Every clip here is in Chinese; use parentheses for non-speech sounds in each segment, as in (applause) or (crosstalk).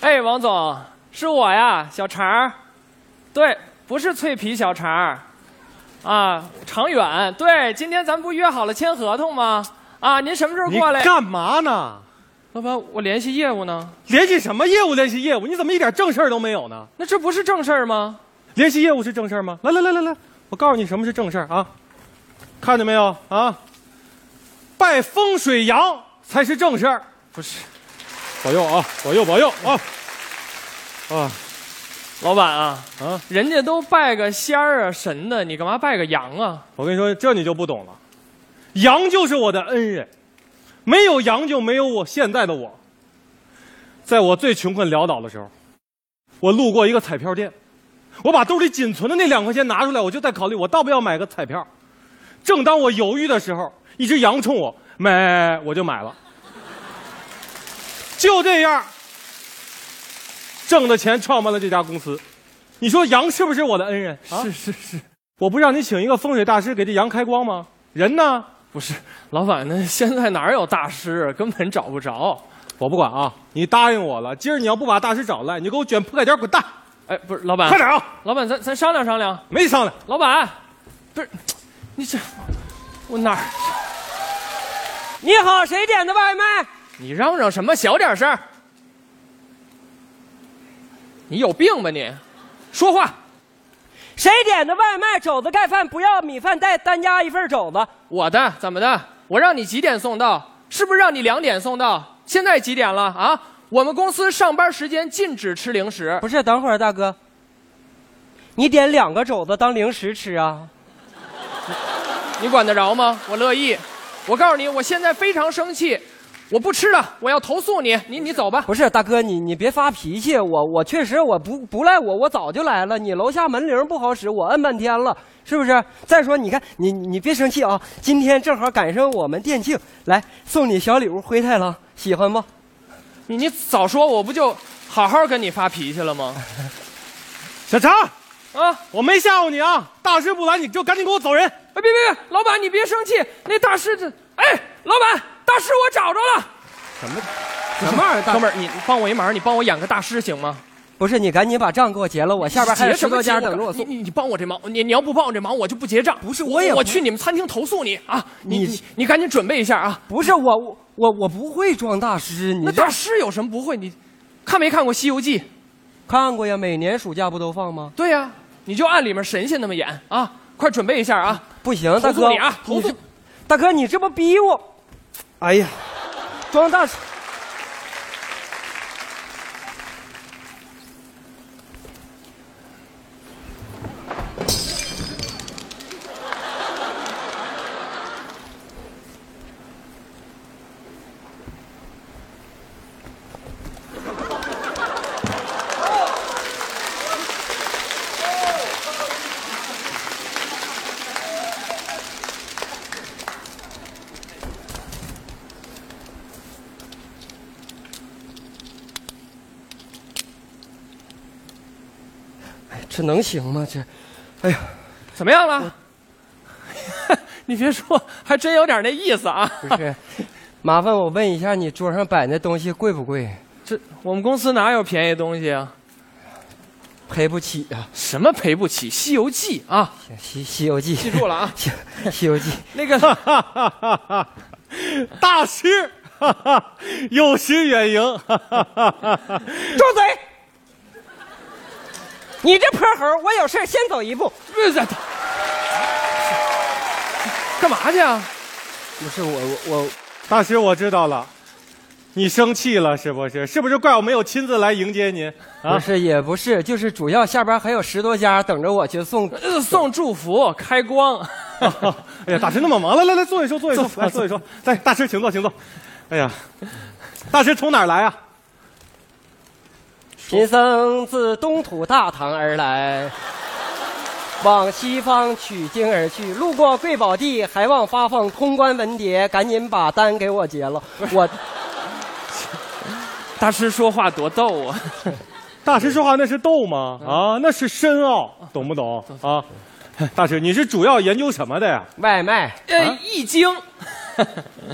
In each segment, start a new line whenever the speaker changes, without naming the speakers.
哎，王总，是我呀，小常儿。对，不是脆皮小常儿，啊，常远。对，今天咱们不约好了签合同吗？啊，您什么时候
你
过来？
干嘛呢？
老板，我联系业务呢。
联系什么业务？联系业务？你怎么一点正事儿都没有呢？
那这不是正事儿吗？
联系业务是正事儿吗？来来来来来，我告诉你什么是正事儿啊！看见没有啊？拜风水羊才是正事儿。
不是，
保佑啊！保佑保佑啊！啊
老板啊，
啊！
人家都拜个仙儿啊、神的，你干嘛拜个羊啊？
我跟你说，这你就不懂了。羊就是我的恩人，没有羊就没有我现在的我。在我最穷困潦倒的时候，我路过一个彩票店，我把兜里仅存的那两块钱拿出来，我就在考虑我到不要买个彩票。正当我犹豫的时候，一只羊冲我买，我就买了。就这样，挣的钱创办了这家公司。你说羊是不是我的恩人？啊、
是是是，
我不让你请一个风水大师给这羊开光吗？人呢？
不是，老板，那现在哪儿有大师，啊根本找不着。
我不管啊！你答应我了，今儿你要不把大师找来，你就给我卷铺盖卷滚蛋！
哎，不是，老板
快，点啊！
老板，咱咱商量商量。
没商量，
老板，不是，你这我哪儿？
你好，谁点的外卖？
你嚷嚷什么？小点声儿！你有病吧你？说话！
谁点的外卖？肘子盖饭不要，米饭带单加一份肘子。
我的怎么的？我让你几点送到？是不是让你两点送到？现在几点了啊？我们公司上班时间禁止吃零食。
不是，等会儿大哥，你点两个肘子当零食吃啊？
你管得着吗？我乐意。我告诉你，我现在非常生气，我不吃了，我要投诉你。你你走吧。
不是，大哥，你你别发脾气，我我确实我不不赖我，我早就来了。你楼下门铃不好使，我摁半天了，是不是？再说，你看你你别生气啊，今天正好赶上我们店庆，来送你小礼物灰太狼，喜欢不？
你你早说，我不就好好跟你发脾气了吗？
小常，
啊！
我没吓唬你啊！大师不来，你就赶紧给我走人！
哎，别别别，老板你别生气，那大师这，哎，老板，大师我找着了。
什么玩意儿？
哥们儿，你帮我一忙，你帮我演个大师行吗？
不是你赶紧把账给我结了，我啊下边还有
结
十
什么
多
结
家等着我
你
送。
你你帮我这忙，你你要不帮我这忙，我就不结账。
不是我也不
我去你们餐厅投诉你啊！你
你
你你赶紧准备一下啊！
不是我我我我不会装大师，你
那
这
大师有什么不会？你看没看过《西游记》？
看过呀？每年暑假不都放吗？
对呀、你就按里面神仙那么演啊！快准备一下啊！
不行，大
投
哥
诉你啊！投诉
这！大哥，你这不逼我？哎呀，装大师！哎，这能行吗？这，哎呀，
怎么样了？ (laughs) 你别说，还真有点那意思啊！
不是，麻烦我问一下，你桌上摆那东西贵不贵？
这我们公司哪有便宜东西啊？
赔不起啊！
什么赔不起？《西游记》啊，
行西西游记，。
记住了啊
西西游记，
那个，
哈哈哈哈！大师， (laughs) 哈哈，有失远迎，哈哈哈哈！
住嘴！ (laughs) 你这泼猴，我有事儿先走一步。
不是干嘛去啊？
(laughs) 不是我我我，
大师，我知道了，你生气了是不是？是不是怪我没有亲自来迎接您
不
啊？
是也不是，就是主要下边还有十多家等着我去送
呃送祝福，开光。
(laughs) 哎呀，大师那么忙，来来来，坐一坐，坐一坐，
坐
来坐一坐。来，大师，请坐，请坐。哎呀，大师从哪儿来啊？
贫僧自东土大唐而来，往西方取经而去，路过贵宝地，还望发放通关文牒，赶紧把单给我结了。我
大师说话多逗啊！
大师说话那是逗吗？啊，那是深奥，懂不懂啊？大师，你是主要研究什么的呀？
外卖
呃，易经，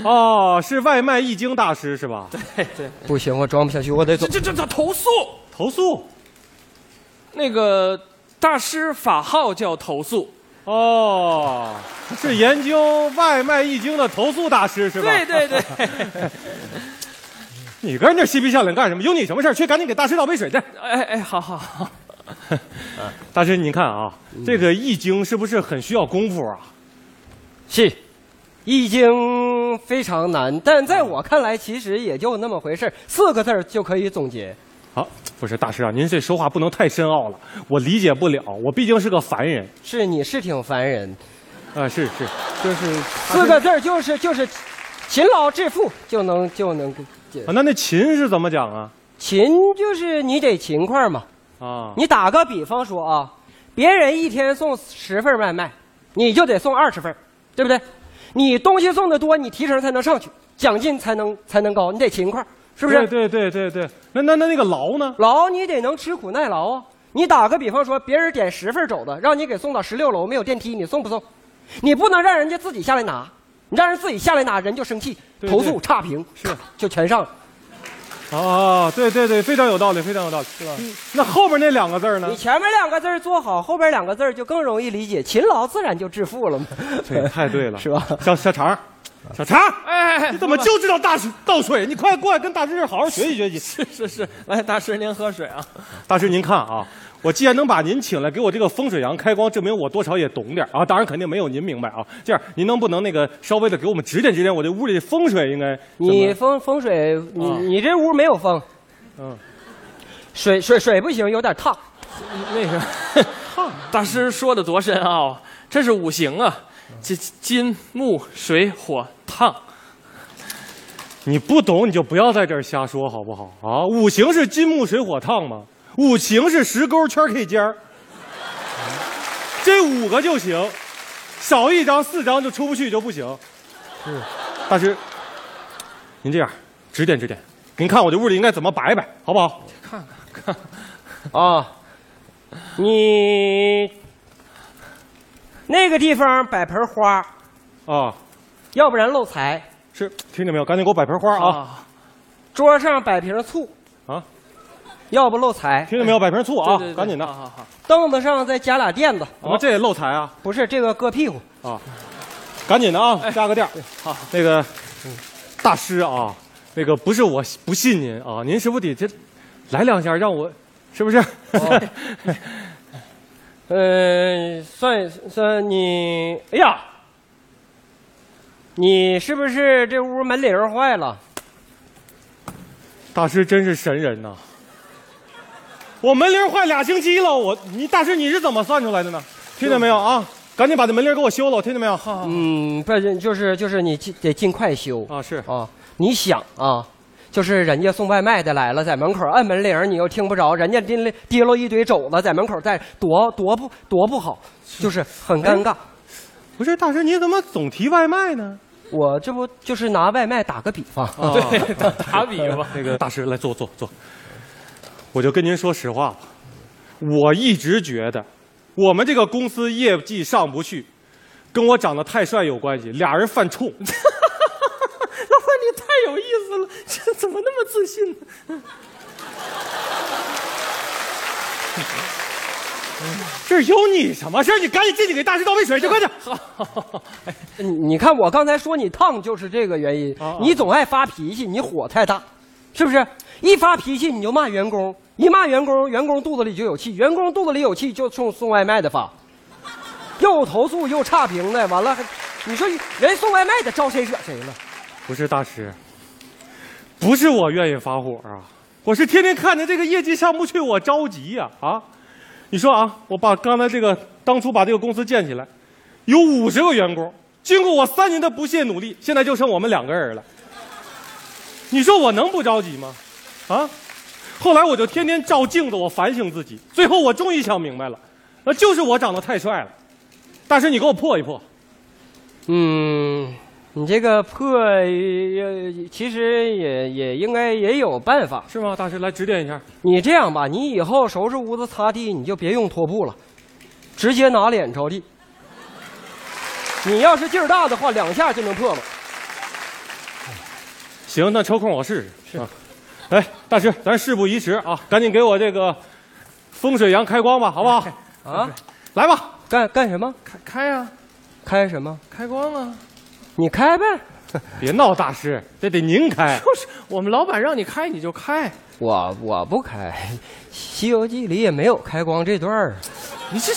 哦，是外卖易经大师是吧？
对对，
不行，我装不下去，我得走
这。这这这投诉，
投诉
那个大师法号叫投诉，
哦，是研究外卖易经的投诉大师是吧？
对对对，
你跟人这嬉皮笑脸干什么？有你什么事儿？去赶紧给大师倒杯水去。
哎哎，好好好，
大师，您看啊，这个易经是不是很需要功夫啊？
是，《易经》非常难，但在我看来，其实也就那么回事儿四个字儿就可以总结。
好，不是大师啊，您这说话不能太深奥了，我理解不了，我毕竟是个凡人。
是，你是挺烦人，
啊，是是，
就是四个字儿，就是就是，勤劳致富就能就能。
啊，那那秦是怎么讲啊？
勤就是你得勤快嘛。
啊，
你打个比方说啊，别人一天送十份外卖，你就得送二十份，对不对？你东西送的多，你提成才能上去，奖金才能才能高，你得勤快，是不是？
对对对对对，那那那那个劳呢？
劳你得能吃苦耐劳啊。你打个比方说，别人点十份肘子，让你给送到十六楼，没有电梯，你送不送？你不能让人家自己下来拿，你让人自己下来拿，人就生气，
对
投诉差评，
是
就全上了。
啊，对对对，非常有道理，非常有道理，是吧？那后边那两个字儿呢
嗯你？前面两个字儿做好，后边两个字儿就更容易理解，勤劳自然就致富了嘛。
对，太对了，
是吧
小小常儿，小常儿，
哎哎，
你怎么就知道大师倒水？你快过来跟大师好好学习学习。
是是是，来大师您喝水啊，
大师您看啊，我既然能把您请来给我这个风水阳开光，证明我多少也懂点儿啊。当然肯定没有您明白啊。这样，您能不能那个稍微的给我们指点指点，我这屋里风水应该怎么
你风风水，你、
啊
你这屋没有风，
嗯，
水水水不行，有点烫。
那个大师说的多深奥、啊，这是五行啊，这金木水火烫，
你不懂你就不要在这儿瞎说好不好啊？五行是金木水火烫吗？五行是十勾圈 K 尖儿，嗯这五个就行，少一张四张就出不去就不行。是，大师，您这样指点指点，您看我这屋里应该怎么摆摆，好不好？
啊，你那个地方摆盆花，
啊，
要不然漏财。
是，听见没有？赶紧给我摆盆花啊！
啊，
桌上摆瓶醋，
啊，
要不漏财。
听见没有？摆瓶醋啊
对对，对，
赶紧的
好。好好，
凳子上再加俩垫子，
怎么这也漏财啊？
不是这个搁屁股。
赶紧的啊，加个垫儿。
哎好，
那个嗯大师啊，那个不是我不信您啊，您是不是得这来两下让我，是不是？
哦
(laughs)
嗯、算算你，哎呀，你是不是这屋门铃儿坏了？
大师真是神人呐、我门铃坏俩星期了，我你大师你是怎么算出来的呢？听见没有啊？赶紧把这门铃给我修了，听见没有？
好
嗯，不是，就是就是你尽得尽快修
啊，是
啊！你想啊，就是人家送外卖的来了，在门口按门铃儿，你又听不着，人家提了提溜一堆肘子在门口在多多不多不好，就是很尴尬。
不是大师你怎么总提外卖呢？
我这不就是拿外卖打个比方，
啊，
对，打打比吧，
呃那 (laughs) 个大师来坐坐坐，我就跟您说实话吧，我一直觉得我们这个公司业绩上不去，跟我长得太帅有关系，俩人犯
(laughs)
冲。
老板你太有意思了，这怎么那么自信呢？
这有你什么事儿？你赶紧进去给大师倒杯水去， (laughs) 快点！
你你看我刚才说你烫就是这个原因
啊啊，
你总爱发脾气，你火太大，是不是？一发脾气你就骂员工，一骂员工，员工肚子里就有气，员工肚子里有气就冲送外卖的发，又投诉又差评的，完了还，你说人送外卖的招谁惹谁了？
不是大师，不是我愿意发火啊，我是天天看着这个业绩上不去，我着急呀啊你说啊，我把刚才这个当初把这个公司建起来，有五十个员工，经过我三年的不懈努力，现在就剩我们两个人了。你说我能不着急吗？啊？后来我就天天照镜子，我反省自己，最后我终于想明白了，那就是我长得太帅了。大师，你给我破一破。
嗯，你这个破，呃其实也也应该也有办法。
是吗？大师来指点一下。
你这样吧，你以后收拾屋子、擦地，你就别用拖布了，直接拿脸着地。你要是劲儿大的话，两下就能破了。
行，那抽空我试试。是，哎，大师，咱事不宜迟啊，赶紧给我这个风水阳开光吧，好不好？
啊，
哎来吧，
干干什么？
开开啊，
开什么？
开光啊！ (laughs)
你开呗。
别闹，大师，这得您开。
就是我们老板让你开你就开，
我我不开，《西游记》里也没有开光这段儿。
你这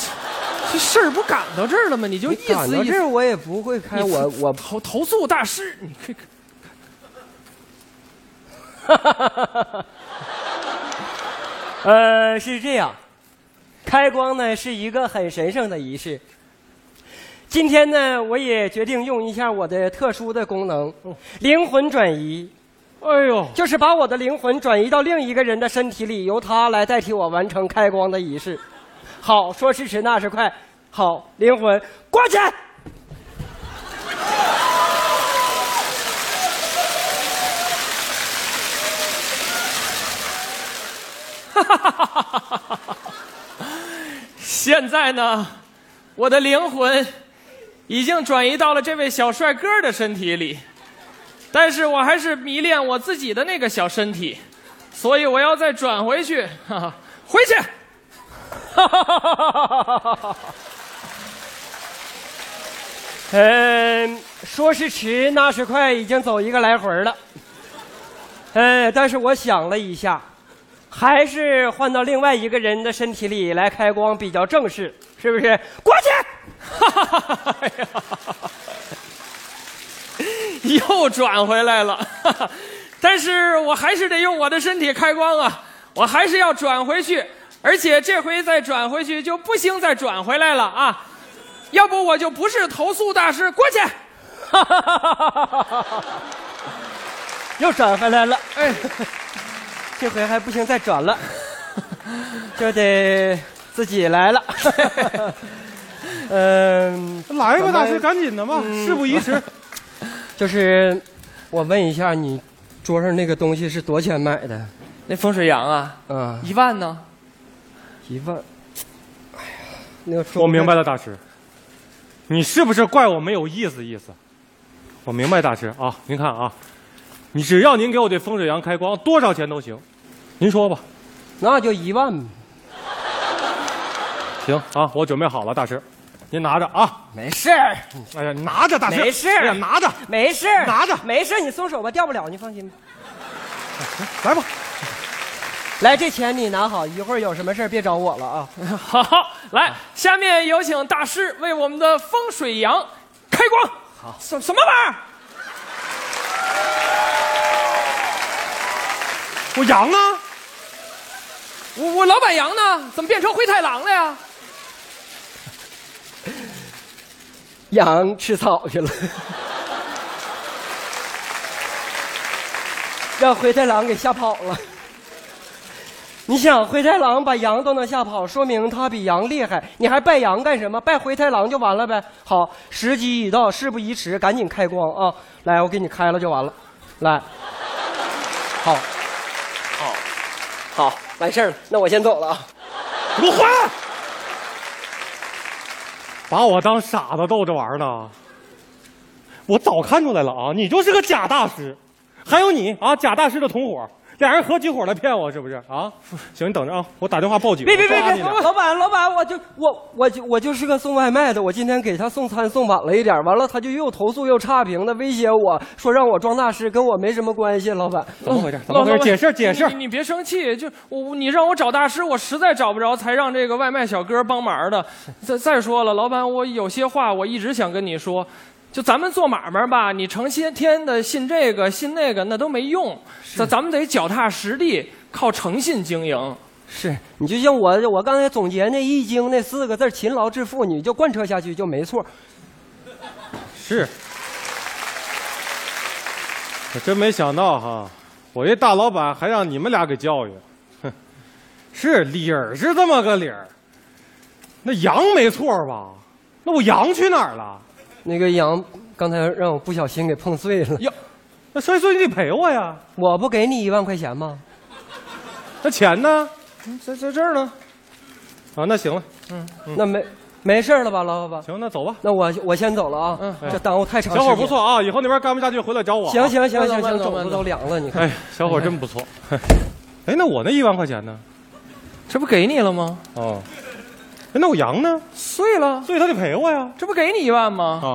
这事儿不赶到这儿了吗？你就意
赶
思
到
意
这
思
儿，我也不会开，
你
我我
投投诉大师，你可以
呃，是这样，开光呢是一个很神圣的仪式。今天呢，我也决定用一下我的特殊的功能——灵魂转移，
哎呦，
就是把我的灵魂转移到另一个人的身体里，由他来代替我完成开光的仪式。好，说时迟，那时快，好，灵魂过去。
(laughs) 现在呢，我的灵魂已经转移到了这位小帅哥的身体里，但是我还是迷恋我自己的那个小身体，所以我要再转回去，哈哈，回去。
(laughs) 嗯，说时迟，那时快，已经走一个来回了。嗯，但是我想了一下，还是换到另外一个人的身体里来开光比较正式，是不是？过去，
哎呀， (laughs) 又转回来了， (laughs) 但是我还是得用我的身体开光啊，我还是要转回去，而且这回再转回去就不兴再转回来了啊，要不我就不是投诉大师，过去。
(laughs) 又转回来了。
哎，
这回还不行，再转 (laughs) 了，就得自己来了。 (laughs) 嗯，
来吧，
咱们
大师，赶紧的吧，事不宜 (laughs) 迟。
就是我问一下，你桌上那个东西是多少钱买的？
那风水羊啊，
啊，
一万呢？
一万。哎哎呀，那个
我明白了，大师，你是不是怪我没有意思意思？我明白，大师啊，您看啊，你只要您给我这风水阳开光，多少钱都行，您说吧。
那就一万吧，
行啊，我准备好了，大师，您拿着啊。
没事儿，
哎呀，拿着，大师，
没事
哎呀，拿着，
没事儿，
拿着
没事儿，你松手吧，掉不了，你放心吧。
来吧。
来，这钱你拿好，一会儿有什么事儿别找我了啊。
好，来，下面有请大师为我们的风水羊开光。好，什什么玩意儿？
我啊羊呢？
我我老板羊呢？怎么变成灰太狼了呀？
羊吃草去了， (laughs) 让灰太狼给吓跑了。你想，灰太狼把羊都能吓跑，说明它比羊厉害。你还拜羊干什么？拜灰太狼就完了呗。好，时机已到，事不宜迟，赶紧开光啊！来，我给你开了就完了。来，好，好，好，完事儿了。那我先走了啊。
我还！ (laughs) 把我当傻子逗着玩呢。我早看出来了啊，你就是个假大师，还有你啊，假大师的同伙，俩人合起伙来骗我，是不是啊？行，你等着啊，我打电话报警。
别别别
抓你
别！
俩
老板，老板，我就我我就我就是个送外卖的，我今天给他送餐送晚了一点，完了他就又投诉又差评的威胁我说让我装大师，跟我没什么关系。老板，
怎么回事？怎么回事？解释解释
你。你别生气，就我你让我找大师，我实在找不着，才让这个外卖小哥帮忙的。再再说了，老板，我有些话我一直想跟你说，就咱们做买卖吧，你成些天的信这个信那个，那都没用，咱咱们得脚踏实地，靠诚信经营。
是你就像我我刚才总结那易经那四个字“勤劳致富”，你就贯彻下去就没错。
是，我真没想到哈，我这大老板还让你们俩给教育，哼，是理儿是这么个理儿，那羊没错吧？那我羊去哪儿了？
那个羊刚才让我不小心给碰碎了，
那摔碎你得赔我呀，
我不给你一万块钱吗？
那钱呢？
嗯在在这儿呢，
啊，那行了，
那没没事儿了吧，老板？
行，那走吧。
那我我先走了啊，
嗯
这耽误太长时
小
间。
伙儿不。错啊，以后那边干不下去回来找我啊。
行行行行
慢走慢
行，
走
肘
慢
子
走
都凉了，你看。
哎，小伙儿真不错。哎，那我那一万块钱呢？
这不给你了吗？
哦，哎，那我羊呢？
碎了，
所以他得赔我呀。
这不给你一万吗？
啊，